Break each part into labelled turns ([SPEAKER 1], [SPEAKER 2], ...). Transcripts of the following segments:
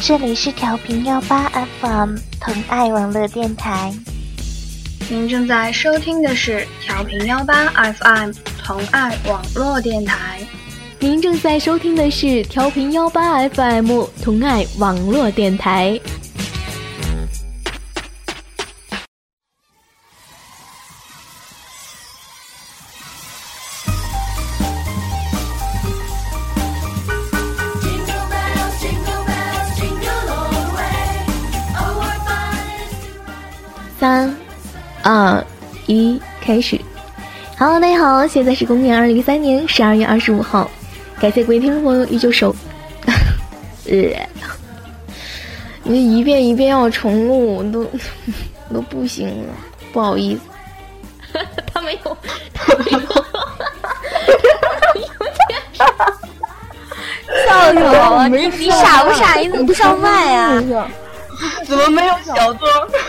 [SPEAKER 1] 这里是调频幺八 FM 疼爱网络电台，
[SPEAKER 2] 您正在收听的是调频幺八 FM 同爱网络电台。
[SPEAKER 3] 您正在收听的是调频幺八 FM 同爱网络电台。三、二、一，开始。Hello，大家好，现在是公元二零一三年十二月二十五号，感谢各位听众朋友依旧守。 呃，你一遍一遍要重录，我都 我都不行了，不好意 思。他没 有，他没有，
[SPEAKER 4] 笑死我了！
[SPEAKER 5] 没
[SPEAKER 4] 你傻不傻？你怎么 不上麦啊？
[SPEAKER 5] 怎么没有小哥？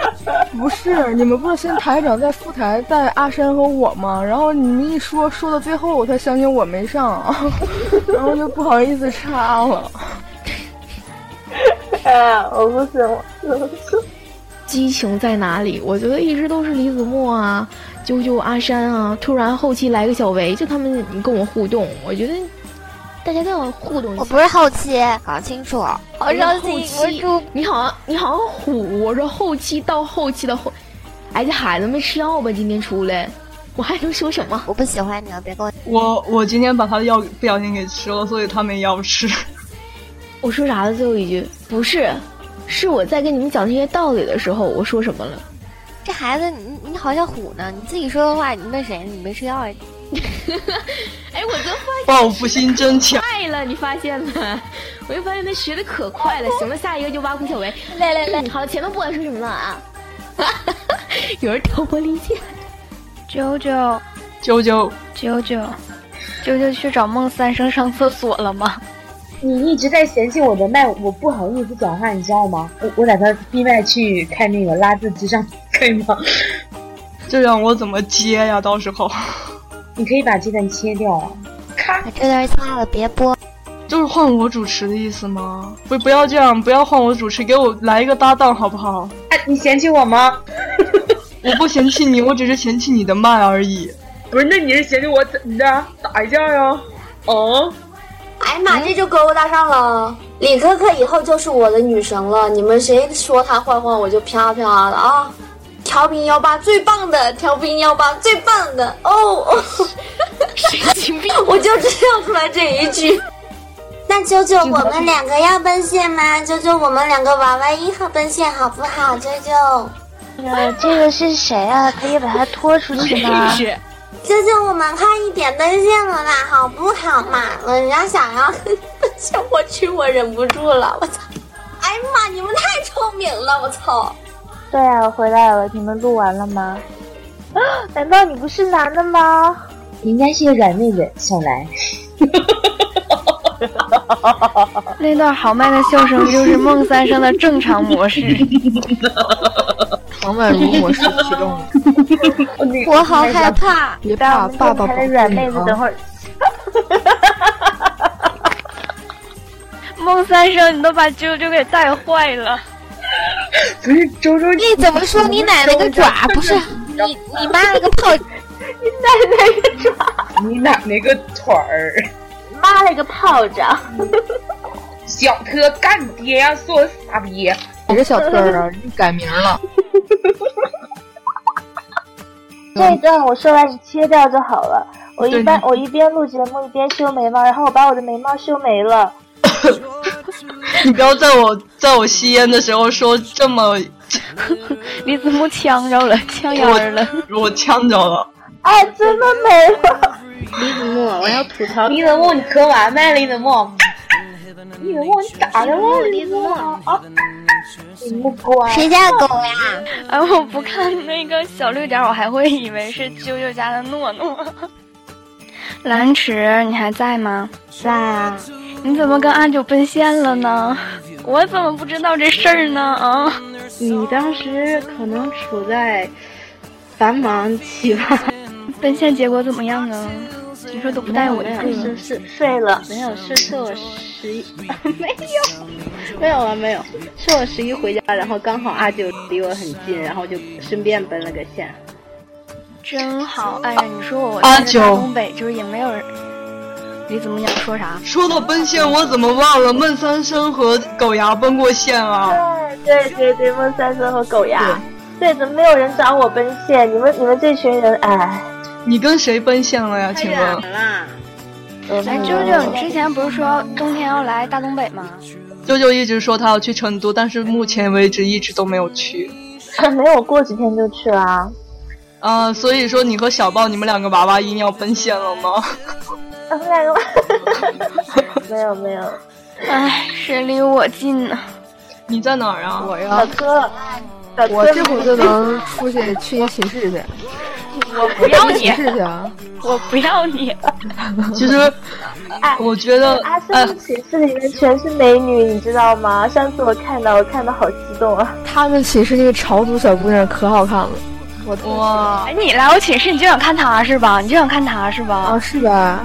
[SPEAKER 6] 不是，你们不是先台长在副台带阿山和我吗？然后你们一说，说到最后我才想起我没上， 然后就不好意思插了。
[SPEAKER 4] 哎，我不行了，
[SPEAKER 3] 激情在哪里？我觉得一直都是李子墨啊、啾啾、阿山啊，突然后期来个小维，就他们跟我互动，我觉得大家都要互动一
[SPEAKER 4] 我
[SPEAKER 3] 下。哦
[SPEAKER 4] 不是后期，搞清楚，好伤
[SPEAKER 3] 后
[SPEAKER 4] 心。我
[SPEAKER 3] 期
[SPEAKER 4] 主
[SPEAKER 3] 你好像你好像虎，我说后期到后期的后，哎，这孩子没吃药吧？今天出来，我还能说什么？
[SPEAKER 4] 哦我不喜欢你了，别跟我。
[SPEAKER 5] 我我今天把他的药不小心给吃了，所以他没药吃。
[SPEAKER 3] 我说啥了？最后一句不是，是我在跟你们讲这些道理的时候，我说什么了？
[SPEAKER 4] 这孩子，你你好像虎呢，你自己说的话，你问谁？你没吃药啊？
[SPEAKER 3] 哎，我就发
[SPEAKER 5] 报复心真强。
[SPEAKER 3] 快了，你发现了？我就发现他学的可快 了。行了，下一个就挖苦小维。
[SPEAKER 4] 来来
[SPEAKER 3] 嗯，好了，前面不管说什么了啊。 有人挑拨离间，
[SPEAKER 7] 九九
[SPEAKER 5] 啾啾，
[SPEAKER 7] 九九九九去找孟三生上厕所了吗？
[SPEAKER 8] 你一直在嫌弃我的麦，我不好意思讲话，你知道吗？我我打算闭麦去看那个拉字机上， 可以吗？
[SPEAKER 5] 这让我怎么接呀？到时候
[SPEAKER 8] 你可以把这段切掉啊。咔
[SPEAKER 4] 把，这段掐了，别播。
[SPEAKER 5] 就是换我主持的意思吗？不，不要这样，不要换我主持，给我来一个搭档好不好？
[SPEAKER 8] 啊，你嫌弃我吗？
[SPEAKER 5] 我不嫌弃你，我只是嫌弃你的慢而已。
[SPEAKER 8] 不是，那你是嫌弃我怎么的？打一架呀？哦，
[SPEAKER 9] 哎妈，这就勾搭上了。李可可以后就是我的女神了，你们谁说她坏话，我就啪啪的啊！调频幺八最棒的，调频幺八最棒的哦哦，
[SPEAKER 3] 神经病！
[SPEAKER 9] 我就知道出来这一句。
[SPEAKER 10] 那九九，我们两个要奔现吗？九九，我们两个娃娃一号奔现好不好？九九，
[SPEAKER 1] 呃，这个是谁啊？可以把他拖出去 吗？
[SPEAKER 3] 是
[SPEAKER 10] 九九，我们快一点奔现了啦，好不好嘛？我人家想要
[SPEAKER 9] 奔现我去， 我忍不住了，我操！哎妈，你们太聪明了，我操！
[SPEAKER 1] 对啊，我回来了。你们录完了吗？啊 难道你不是男的吗？
[SPEAKER 8] 人家是个软妹子，小兰。
[SPEAKER 7] 那段豪迈的笑声就是孟三生的正常模式。
[SPEAKER 6] 王婉如模式启动，
[SPEAKER 8] 哦你
[SPEAKER 4] 我好害怕，
[SPEAKER 6] 别
[SPEAKER 1] 让我
[SPEAKER 6] 怕，
[SPEAKER 1] 们
[SPEAKER 6] 爸爸
[SPEAKER 1] 电台
[SPEAKER 6] 保
[SPEAKER 1] 的
[SPEAKER 6] 护你
[SPEAKER 1] 软妹子等
[SPEAKER 6] 啊！
[SPEAKER 1] 会儿
[SPEAKER 7] 孟三生，你都把九九给带坏了。
[SPEAKER 8] 不是周周，
[SPEAKER 4] 你怎么说你奶奶个爪？不是你你妈了个炮！
[SPEAKER 8] 你奶奶个腿儿！
[SPEAKER 1] 妈了个炮仗！
[SPEAKER 8] 小特干爹呀，说我傻逼！
[SPEAKER 6] 谁是小特儿啊？你改名了？
[SPEAKER 1] 这一段我说完你切掉就好了。我一般我一边录节目一边修眉毛，然后我把我的眉毛修没了。
[SPEAKER 5] 你不要在我在我吸烟的时候说这么，
[SPEAKER 7] 李子木呛着了，呛眼儿了。
[SPEAKER 5] 我呛着了。
[SPEAKER 1] 哎，真的没了！
[SPEAKER 4] 我要吐槽
[SPEAKER 8] 李子墨，你磕完麦，李子墨。李子墨，你咋的了？李子墨啊！李子墨乖。
[SPEAKER 4] 谁家的狗呀？
[SPEAKER 7] 哎，我不看那个小绿点儿，我还会以为是啾啾家的诺诺。蓝池，你还在吗？
[SPEAKER 4] 在啊，
[SPEAKER 7] 你怎么跟阿九奔现了呢？我怎么不知道这事儿呢？啊，
[SPEAKER 11] 你当时可能处在繁忙期吧，
[SPEAKER 7] 奔现结果怎么样啊？你说都不带我一
[SPEAKER 1] 是
[SPEAKER 7] 个
[SPEAKER 1] 是是睡了，
[SPEAKER 11] 没有，是是我十一，没有，没有啊，没有，是我十一回家，然后刚好阿九离我很近，然后就顺便奔了个线。
[SPEAKER 7] 真好！哎呀，你说我
[SPEAKER 5] 阿
[SPEAKER 7] 现在在
[SPEAKER 5] 九
[SPEAKER 7] 东北就是也没有人，你怎么想说啥？
[SPEAKER 5] 说到奔现，我怎么忘了孟三生和狗牙奔过线啊？
[SPEAKER 1] 对对对，孟三生和狗牙。对，怎么没有人找我奔现？你们你们这群人，哎，
[SPEAKER 5] 你跟谁奔现了呀？请问？
[SPEAKER 1] 呃
[SPEAKER 7] 哎，啾啾，你之前不是说冬天要来大东北吗？
[SPEAKER 5] 舅舅一直说他要去成都，但是目前为止一直都没有去。
[SPEAKER 1] 没有，过几天就去啊。
[SPEAKER 5] 啊、所以说你和小豹，你们两个娃娃音要奔现了吗？
[SPEAKER 1] 我们啊 两个没有没有，
[SPEAKER 7] 哎，谁离我近呢？
[SPEAKER 5] 你在哪儿啊？
[SPEAKER 6] 我
[SPEAKER 1] 小
[SPEAKER 6] 呀，
[SPEAKER 1] 柯，小柯
[SPEAKER 6] 我这会儿就能出去去你寝室去，
[SPEAKER 7] 我不要
[SPEAKER 6] 去
[SPEAKER 7] 你
[SPEAKER 6] 寝，室去啊！
[SPEAKER 7] 我不要你。
[SPEAKER 5] 其实，
[SPEAKER 1] 哎
[SPEAKER 5] 我觉得，
[SPEAKER 1] 阿生
[SPEAKER 7] 嗯
[SPEAKER 1] 的寝室里面全是美女，你知道吗？上次我看到，我看到好激动啊！
[SPEAKER 6] 他们寝室那个潮族小姑娘可好看了，我
[SPEAKER 5] 哇，
[SPEAKER 7] 哎，你来我寝室，你就想看他是吧？你就想看他是吧？
[SPEAKER 6] 啊是吧？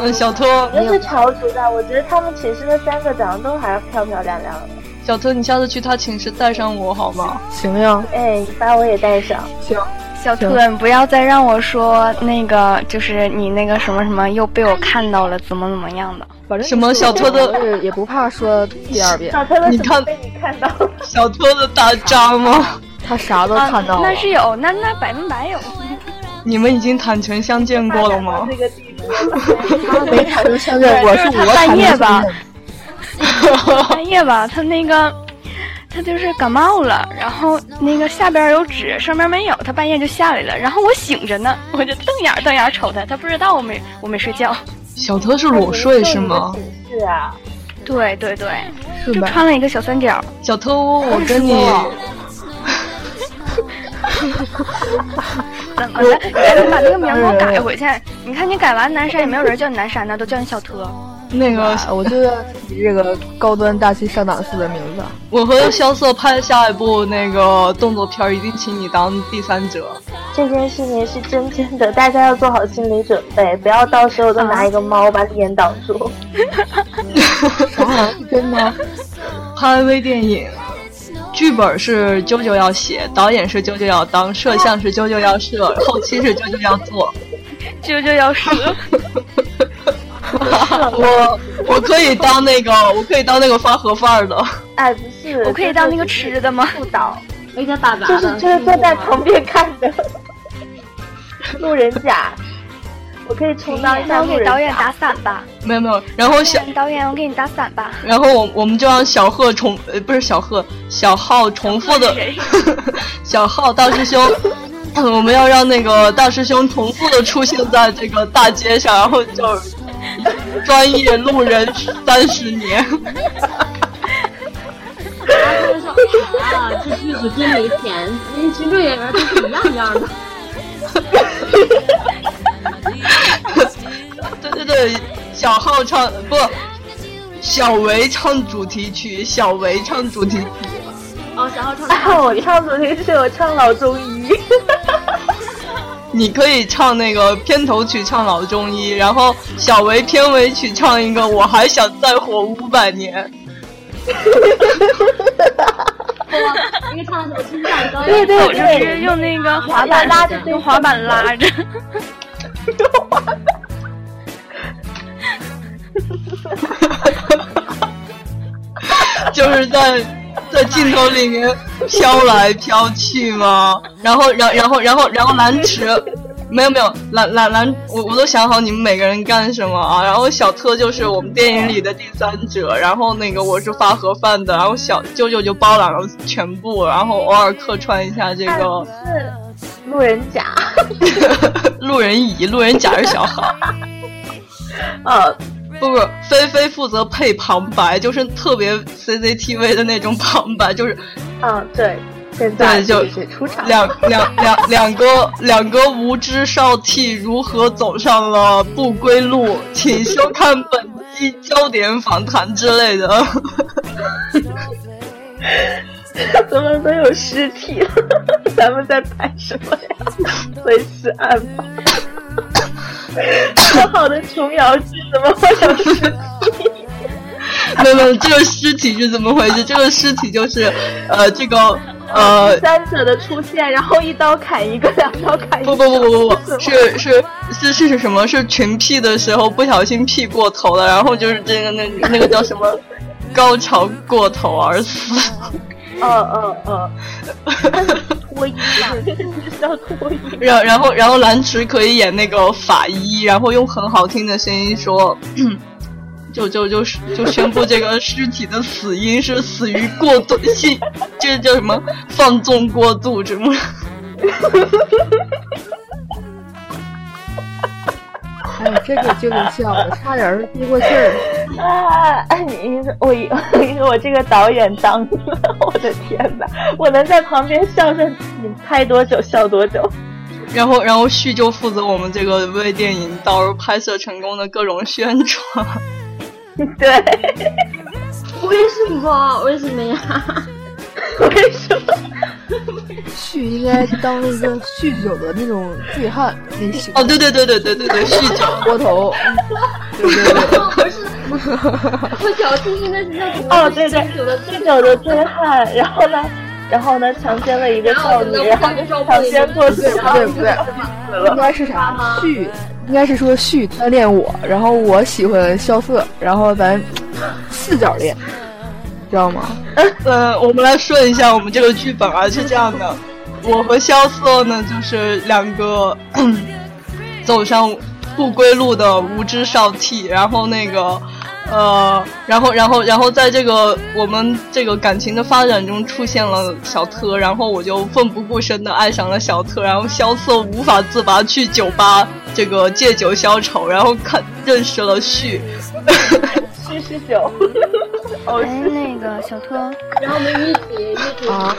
[SPEAKER 5] 嗯，小特，
[SPEAKER 1] 我是潮族的，我觉得他们寝室的三个长得都还漂漂亮亮的。
[SPEAKER 5] 小特，你下次去他寝室带上我好吗？
[SPEAKER 6] 行呀，
[SPEAKER 1] 哎，你把我也带上。
[SPEAKER 6] 行，
[SPEAKER 7] 小特，你不要再让我说那个，就是你那个什么什么又被我看到了，怎么怎么样的。
[SPEAKER 6] 反正
[SPEAKER 5] 什么小特的
[SPEAKER 6] 我也也不怕说第二遍，
[SPEAKER 1] 小特的
[SPEAKER 5] 你
[SPEAKER 1] 什么
[SPEAKER 5] 看
[SPEAKER 1] 被你看到了？
[SPEAKER 5] 小特的大渣吗？
[SPEAKER 6] 他啥都
[SPEAKER 7] 啊
[SPEAKER 6] 看到了
[SPEAKER 7] 那。是有，那那百分百有。
[SPEAKER 5] 你们已经坦诚相见过了 吗？
[SPEAKER 1] 这个地步，
[SPEAKER 6] 他没产生相认，我是
[SPEAKER 7] 就是他
[SPEAKER 6] 我
[SPEAKER 7] 半
[SPEAKER 6] 产
[SPEAKER 7] 夜
[SPEAKER 6] 生
[SPEAKER 7] 吧
[SPEAKER 6] 相认。
[SPEAKER 7] 半夜吧，他那个他就是感冒了，然后那个下边有纸，上边没有，他半夜就下来了。然后我醒着呢，我就瞪眼儿瞪眼儿瞅他，他不知道我没我没睡觉。
[SPEAKER 5] 小特是裸睡是吗？
[SPEAKER 1] 是啊，
[SPEAKER 7] 对对对，
[SPEAKER 6] 是
[SPEAKER 7] 就
[SPEAKER 6] 吧？
[SPEAKER 7] 穿了一个小三角。
[SPEAKER 5] 小特，我跟你，
[SPEAKER 6] 哎
[SPEAKER 7] 怎么了？赶嗯紧把那个名儿给我改回去。你看你改完南山也没有人叫你南山呢，都叫你小特。
[SPEAKER 5] 那个
[SPEAKER 6] 啊，我就要以这个高端大气上档次的名字。
[SPEAKER 5] 我和萧瑟拍下一部那个动作片儿，一定请你当第三者。
[SPEAKER 1] 这件事情是真正的，大家要做好心理准备，不要到时候都
[SPEAKER 7] 啊
[SPEAKER 1] 拿一个猫把脸挡住。
[SPEAKER 6] 啥？啊真的？
[SPEAKER 5] 拍微电影，剧本是啾啾要写，导演是啾啾要当，摄像是啾啾要摄，后期是啾啾要做。
[SPEAKER 7] 啾啾要蛇，
[SPEAKER 5] 我我可以当那个，我可以当那个发盒饭儿的。
[SPEAKER 1] 哎，不是，
[SPEAKER 7] 我可以当那个吃的吗？
[SPEAKER 1] 副导，
[SPEAKER 11] 我给他打杂
[SPEAKER 1] 就是就是坐在
[SPEAKER 7] 啊
[SPEAKER 1] 旁边看的 路人甲，我可以充当一
[SPEAKER 7] 那
[SPEAKER 1] 下
[SPEAKER 7] 我
[SPEAKER 1] 路
[SPEAKER 7] 给
[SPEAKER 1] 人
[SPEAKER 7] 导演
[SPEAKER 1] 甲。
[SPEAKER 7] 打伞吧。
[SPEAKER 5] 没有没有，然后小，
[SPEAKER 7] 导演，我给你打伞吧。
[SPEAKER 5] 然后我我们就让小贺重，呃，不是小贺，小浩重复的，小浩大师兄。 嗯我们要让那个大师兄重复的出现在这个大街上，然后就专业路人三十年。
[SPEAKER 11] 就是说啊，这剧组真没钱，那群众演员都是一样样 的。
[SPEAKER 5] 对 对对，小号唱不，小维唱主题曲，小维唱主题曲，
[SPEAKER 11] 哦，小浩唱的
[SPEAKER 1] 啊，我唱主题曲，我唱老中医。
[SPEAKER 5] 你可以唱那个片头曲唱老中医，然后小维片尾曲唱一个我还想再活五百年。
[SPEAKER 11] 那个唱的是青藏高
[SPEAKER 1] 对
[SPEAKER 11] 原。
[SPEAKER 1] 对
[SPEAKER 7] 我就
[SPEAKER 1] 对
[SPEAKER 7] 是，用那个滑板
[SPEAKER 1] 拉着
[SPEAKER 7] 用滑板拉着。
[SPEAKER 5] 就是在在镜头里面飘来飘去吗？然后，然然后，然后，然后蓝池，没有没有，蓝蓝蓝，我我都想好你们每个人干什么啊。然后小特就是我们电影里的第三者，然后那个我是发盒饭的，然后小舅舅就包揽了全部，然后偶尔客串一下这个
[SPEAKER 1] 路人甲。
[SPEAKER 5] 路人乙、 路人甲是小好。
[SPEAKER 1] 呃，
[SPEAKER 5] 不不，菲菲负责配旁白，就是特别 CCTV 的那种旁白，就是
[SPEAKER 1] 嗯，对，现在
[SPEAKER 5] 对，就
[SPEAKER 1] 就是出场。
[SPEAKER 5] 两 两两两个两个无知少替如何走上了不归路，请收看本期焦点访谈之类的。
[SPEAKER 1] 怎么都有尸体了？咱们在拍什么呀？随时按吧。好的琼瑶剧怎么会有这种
[SPEAKER 5] 没有没有，这个尸体是怎么回事？这个尸体就是，呃，这个呃
[SPEAKER 1] 第，三者的出现，然后一刀砍一个，两刀砍一个？
[SPEAKER 5] 不不不不不不，是是是是是什么？是群 P 的时候不小心 P 过头了，然后就是这个那那个叫什么， 高潮过头而死。
[SPEAKER 1] 嗯嗯 嗯，脱衣嘛，就是要脱衣。
[SPEAKER 5] 然然后然后兰池可以演那个法医，然后用很好听的声音说，就就就是就宣布这个尸体的死因是死于过度性，这叫什么放纵过度什么。
[SPEAKER 6] 哎，这个就得笑，我差点儿憋过气儿。
[SPEAKER 1] 啊！你我一我一我这个导演当了，我的天哪！我能在旁边笑笑，你拍多久笑多久。
[SPEAKER 5] 然后然后旭就负责我们这个微电影到时候拍摄成功的各种宣传。
[SPEAKER 1] 对，
[SPEAKER 9] 为什么？为什么呀？
[SPEAKER 1] 为什么？
[SPEAKER 6] 旭应该当那个酗酒的那种醉汉那型。
[SPEAKER 5] 哦，对对对对对对对，酗酒
[SPEAKER 6] 窝头。
[SPEAKER 9] 我小听应该是叫什么？
[SPEAKER 1] 哦，对对，酗酒的醉汉，然后呢，然后呢，强奸了一个少女，然后强奸过去，
[SPEAKER 6] 不对不对，应该是啥？旭，应该是说旭单恋我，然后我喜欢萧瑟，然后咱四角恋，知道吗？
[SPEAKER 5] 呃，我们来说一下我们这个剧本啊，是这样的，我和萧瑟呢，就是两个走上不归路的无知少替，然后那个。呃，然后，然后，然后，在这个我们这个感情的发展中，出现了小特，然后我就奋不顾身的爱上了小特，然后萧瑟无法自拔，去酒吧这个借酒消愁，然后看认识了旭，
[SPEAKER 1] 酗酗酒。哦，
[SPEAKER 7] 哎，那个小特，
[SPEAKER 9] 然后我们一起一起什么？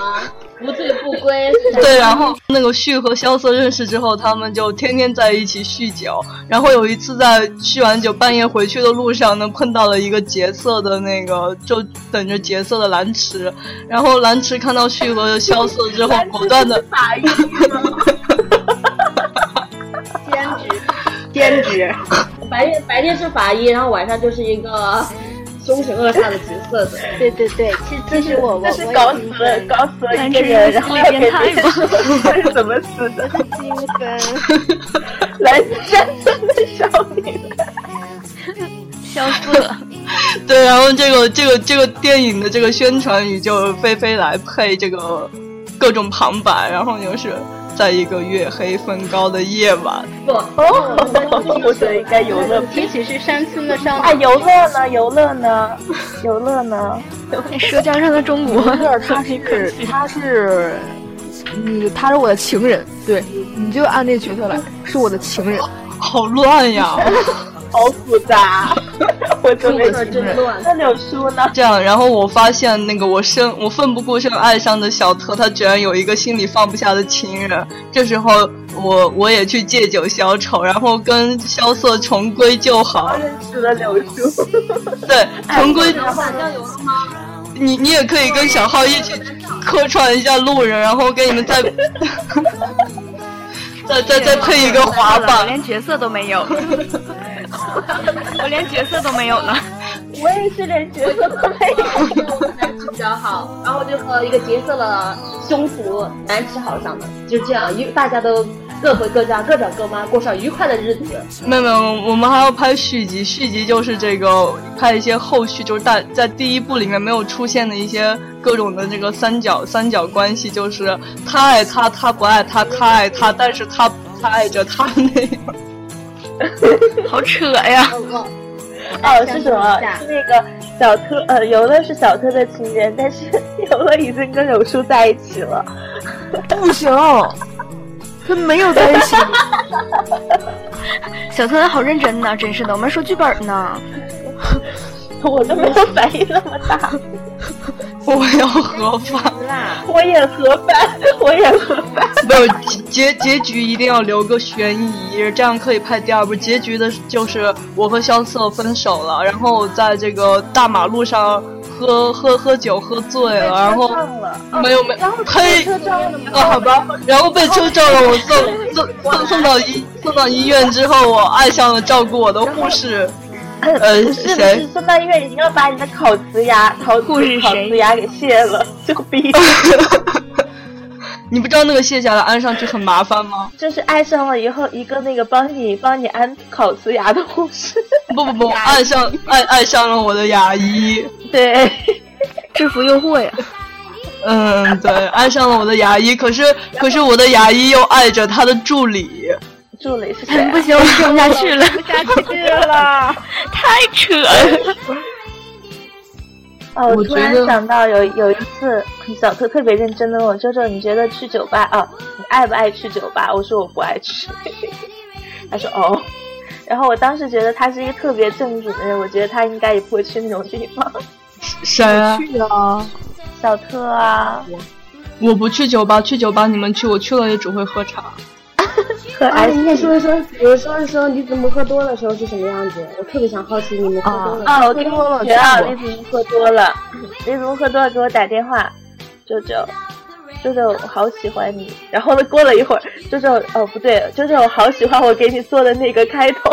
[SPEAKER 9] 不醉不归。
[SPEAKER 5] 对，然后那个旭和萧瑟认识之后，他们就天天在一起酗酒。然后有一次在酗完酒半夜回去的路上呢，碰到了一个劫色的那个，就等着劫色的蓝池。然后蓝池看到旭和萧瑟之后，果断的
[SPEAKER 1] 法医
[SPEAKER 9] 兼职，兼职。白天白天是法医，然后晚上就是一个凶神恶煞的角色的。
[SPEAKER 11] 对对对，其实这是我我
[SPEAKER 1] 这是搞死了搞死了一个人，然后要给 别人说这是怎么死的？
[SPEAKER 11] 精分。
[SPEAKER 1] 蓝山村的少女，
[SPEAKER 7] 萧瑟，
[SPEAKER 5] 对，然后这个这个这个电影的这个宣传语就菲菲来配这个各种旁白，然后就是在一个月黑风高的夜晚，
[SPEAKER 11] 不，
[SPEAKER 1] 哦，我觉得应该游乐。
[SPEAKER 11] 即使是山村的少
[SPEAKER 1] 啊，
[SPEAKER 11] 女，
[SPEAKER 1] 游乐呢？游乐呢？游乐呢？
[SPEAKER 7] 那《舌尖上的中国》
[SPEAKER 6] 有点他是他是你，他是我的情人，对，你就按这角色来，是我的情人，
[SPEAKER 5] 好乱呀！
[SPEAKER 1] 好复杂，我
[SPEAKER 6] 是
[SPEAKER 1] 准
[SPEAKER 6] 我
[SPEAKER 1] 备。
[SPEAKER 6] 的情人。
[SPEAKER 1] 那柳叔呢？
[SPEAKER 5] 这样，然后我发现那个我深我奋不顾身爱上的小特，他居然有一个心里放不下的情人。这时候我我也去借酒消愁，然后跟萧瑟重归旧好。
[SPEAKER 1] 认识了柳叔，
[SPEAKER 5] 对，重归
[SPEAKER 9] 晚上有了吗？
[SPEAKER 5] 你你也可以跟小浩一起客串一下路人，然后给你们再 再再再配一个滑
[SPEAKER 7] 我
[SPEAKER 5] 板。
[SPEAKER 7] 连角色都没有，我连角色都没有了。
[SPEAKER 1] 我也是连角色都没有。
[SPEAKER 9] 男吃比较好，然后就和一个劫色的凶徒男吃好上了，就这样，一大家都各回各家，各找各妈，过上愉快的日子。
[SPEAKER 5] 没有没有，我们还要拍续集，续集就是这个拍一些后续，就是大在第一部里面没有出现的一些各种的这个三角三角关系，就是他爱他，他不爱他，他爱他，但是他他爱着他那样。
[SPEAKER 7] 好扯呀！
[SPEAKER 1] 哦，是什么？是那个小特呃，游乐是小特的情人，但是游乐已经跟柳叔在一起了。
[SPEAKER 6] 不行，他没有在一 起，
[SPEAKER 7] 小特好认真呐，真是的，我们说剧本呢。
[SPEAKER 1] 我都没有反应那么大，
[SPEAKER 5] 我要合法，
[SPEAKER 1] 我也合办，我也合办。
[SPEAKER 5] 没有结结局一定要留个悬疑，这样可以拍第二部。结局的就是我和萧瑟分手了，然后在这个大马路上喝喝喝酒喝醉了，然后没有没
[SPEAKER 9] 被
[SPEAKER 5] 呸
[SPEAKER 9] 车撞了吗
[SPEAKER 5] 啊好吧，然后被车撞了，我送送送送到医送到医院之后，我爱上了照顾我的护士，呃
[SPEAKER 1] 不是不
[SPEAKER 5] 谁
[SPEAKER 1] 是，送到医院已经要把你的烤瓷牙、烤
[SPEAKER 5] 护士
[SPEAKER 1] 烤
[SPEAKER 5] 谁
[SPEAKER 1] 瓷牙给卸了， 这个逼，
[SPEAKER 5] 你不知道那个卸下来安上去很麻烦吗？
[SPEAKER 1] 就是爱上了以后一个那个帮你帮你安烤瓷牙的护士。
[SPEAKER 5] 不不不，爱上爱爱上了我的牙医，
[SPEAKER 1] 对，
[SPEAKER 5] 制服啊诱惑呀。嗯，对，爱上了我的牙医，可是可是我的牙医又爱着他的助理，
[SPEAKER 1] 助理是谁、啊？
[SPEAKER 7] 不 行，我听不下去了，不下去了， 太扯了。
[SPEAKER 1] 哦，我
[SPEAKER 5] 我
[SPEAKER 1] 突
[SPEAKER 5] 觉
[SPEAKER 1] 然
[SPEAKER 5] 得
[SPEAKER 1] 想到有有一次，小特特别认真的问我周周，你觉得去酒吧啊，你爱不爱去酒吧？我说我不爱去。 他说哦，然后我当时觉得他是一个特别正经的人，我觉得他应该也不会去那种地方。
[SPEAKER 5] 谁啊？
[SPEAKER 1] 去啊，小特啊，
[SPEAKER 5] 我不去酒吧，去酒吧你们去，我去了也只会喝茶。
[SPEAKER 1] 可
[SPEAKER 9] 啊，你也说一说，比如说一说你怎么喝多的时候是什么样子？我特别想好奇你们喝多了。
[SPEAKER 1] 哦，我跟你学啊，
[SPEAKER 9] 我
[SPEAKER 1] 李子茹喝多了，李子茹喝多了给我打电话，周周，周周，我好喜欢你。然后呢，过了一会儿，周周，哦不对，周周，我好喜欢我给你做的那个开头。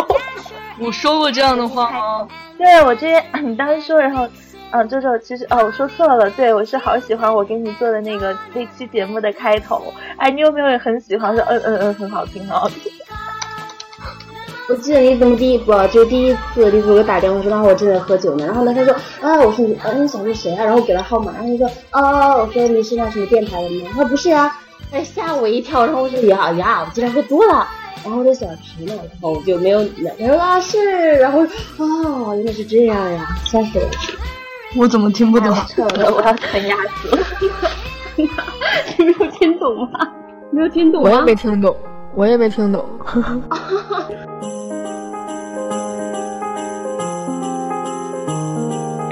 [SPEAKER 5] 我说过这样的话吗？
[SPEAKER 1] 对我之前你当时说，然后，嗯，周周，其实哦，我说错了，对我是好喜欢我给你做的那个那期节目的开头。哎，你有没有也很喜欢？说嗯嗯嗯，很好听，很好听。
[SPEAKER 9] 我记得你怎么第一不就第一次李子给我打电话说，然后我正在喝酒呢，然后呢他说啊，我说你啊你想是谁啊？然后我给他号码，然后他说啊，我说你是那什么电台的吗？哦他说不是呀、哎吓我一跳，然后我说呀啊呀，我竟然喝多了，然后我在想谁呢？然后我就没有他说啊是，然后哦原来是这样呀，吓死我了。
[SPEAKER 5] 我怎么听不懂？
[SPEAKER 1] 撤了， 我要啃鸭子了。
[SPEAKER 11] 你没有听懂吗？没有听懂
[SPEAKER 6] 我
[SPEAKER 11] 吗？
[SPEAKER 6] 也没听懂，我也没听懂。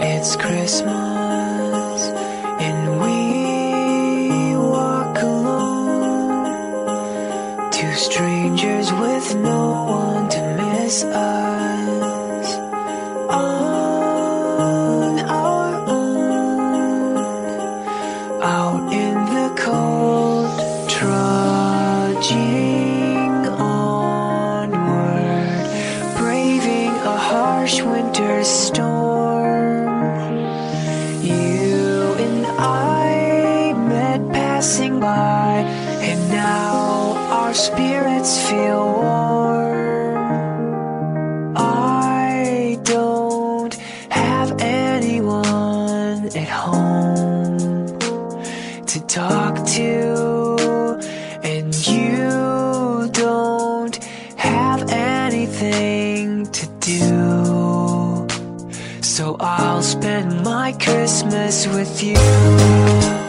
[SPEAKER 12] It's Christmas and we walk alone. Two strangers with no one to miss us. On our own, out in the cold, trudging onward braving a harsh winter storm. You and I met passing by, and now our spirits feel warm. I don't have anyone at home to talk to, and you don't have anything to do. So I'll spend my Christmas with you.